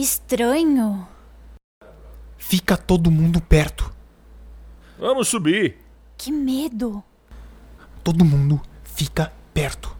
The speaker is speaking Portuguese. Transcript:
Estranho. Fica todo mundo perto. Vamos subir. Que medo. Todo mundo fica perto.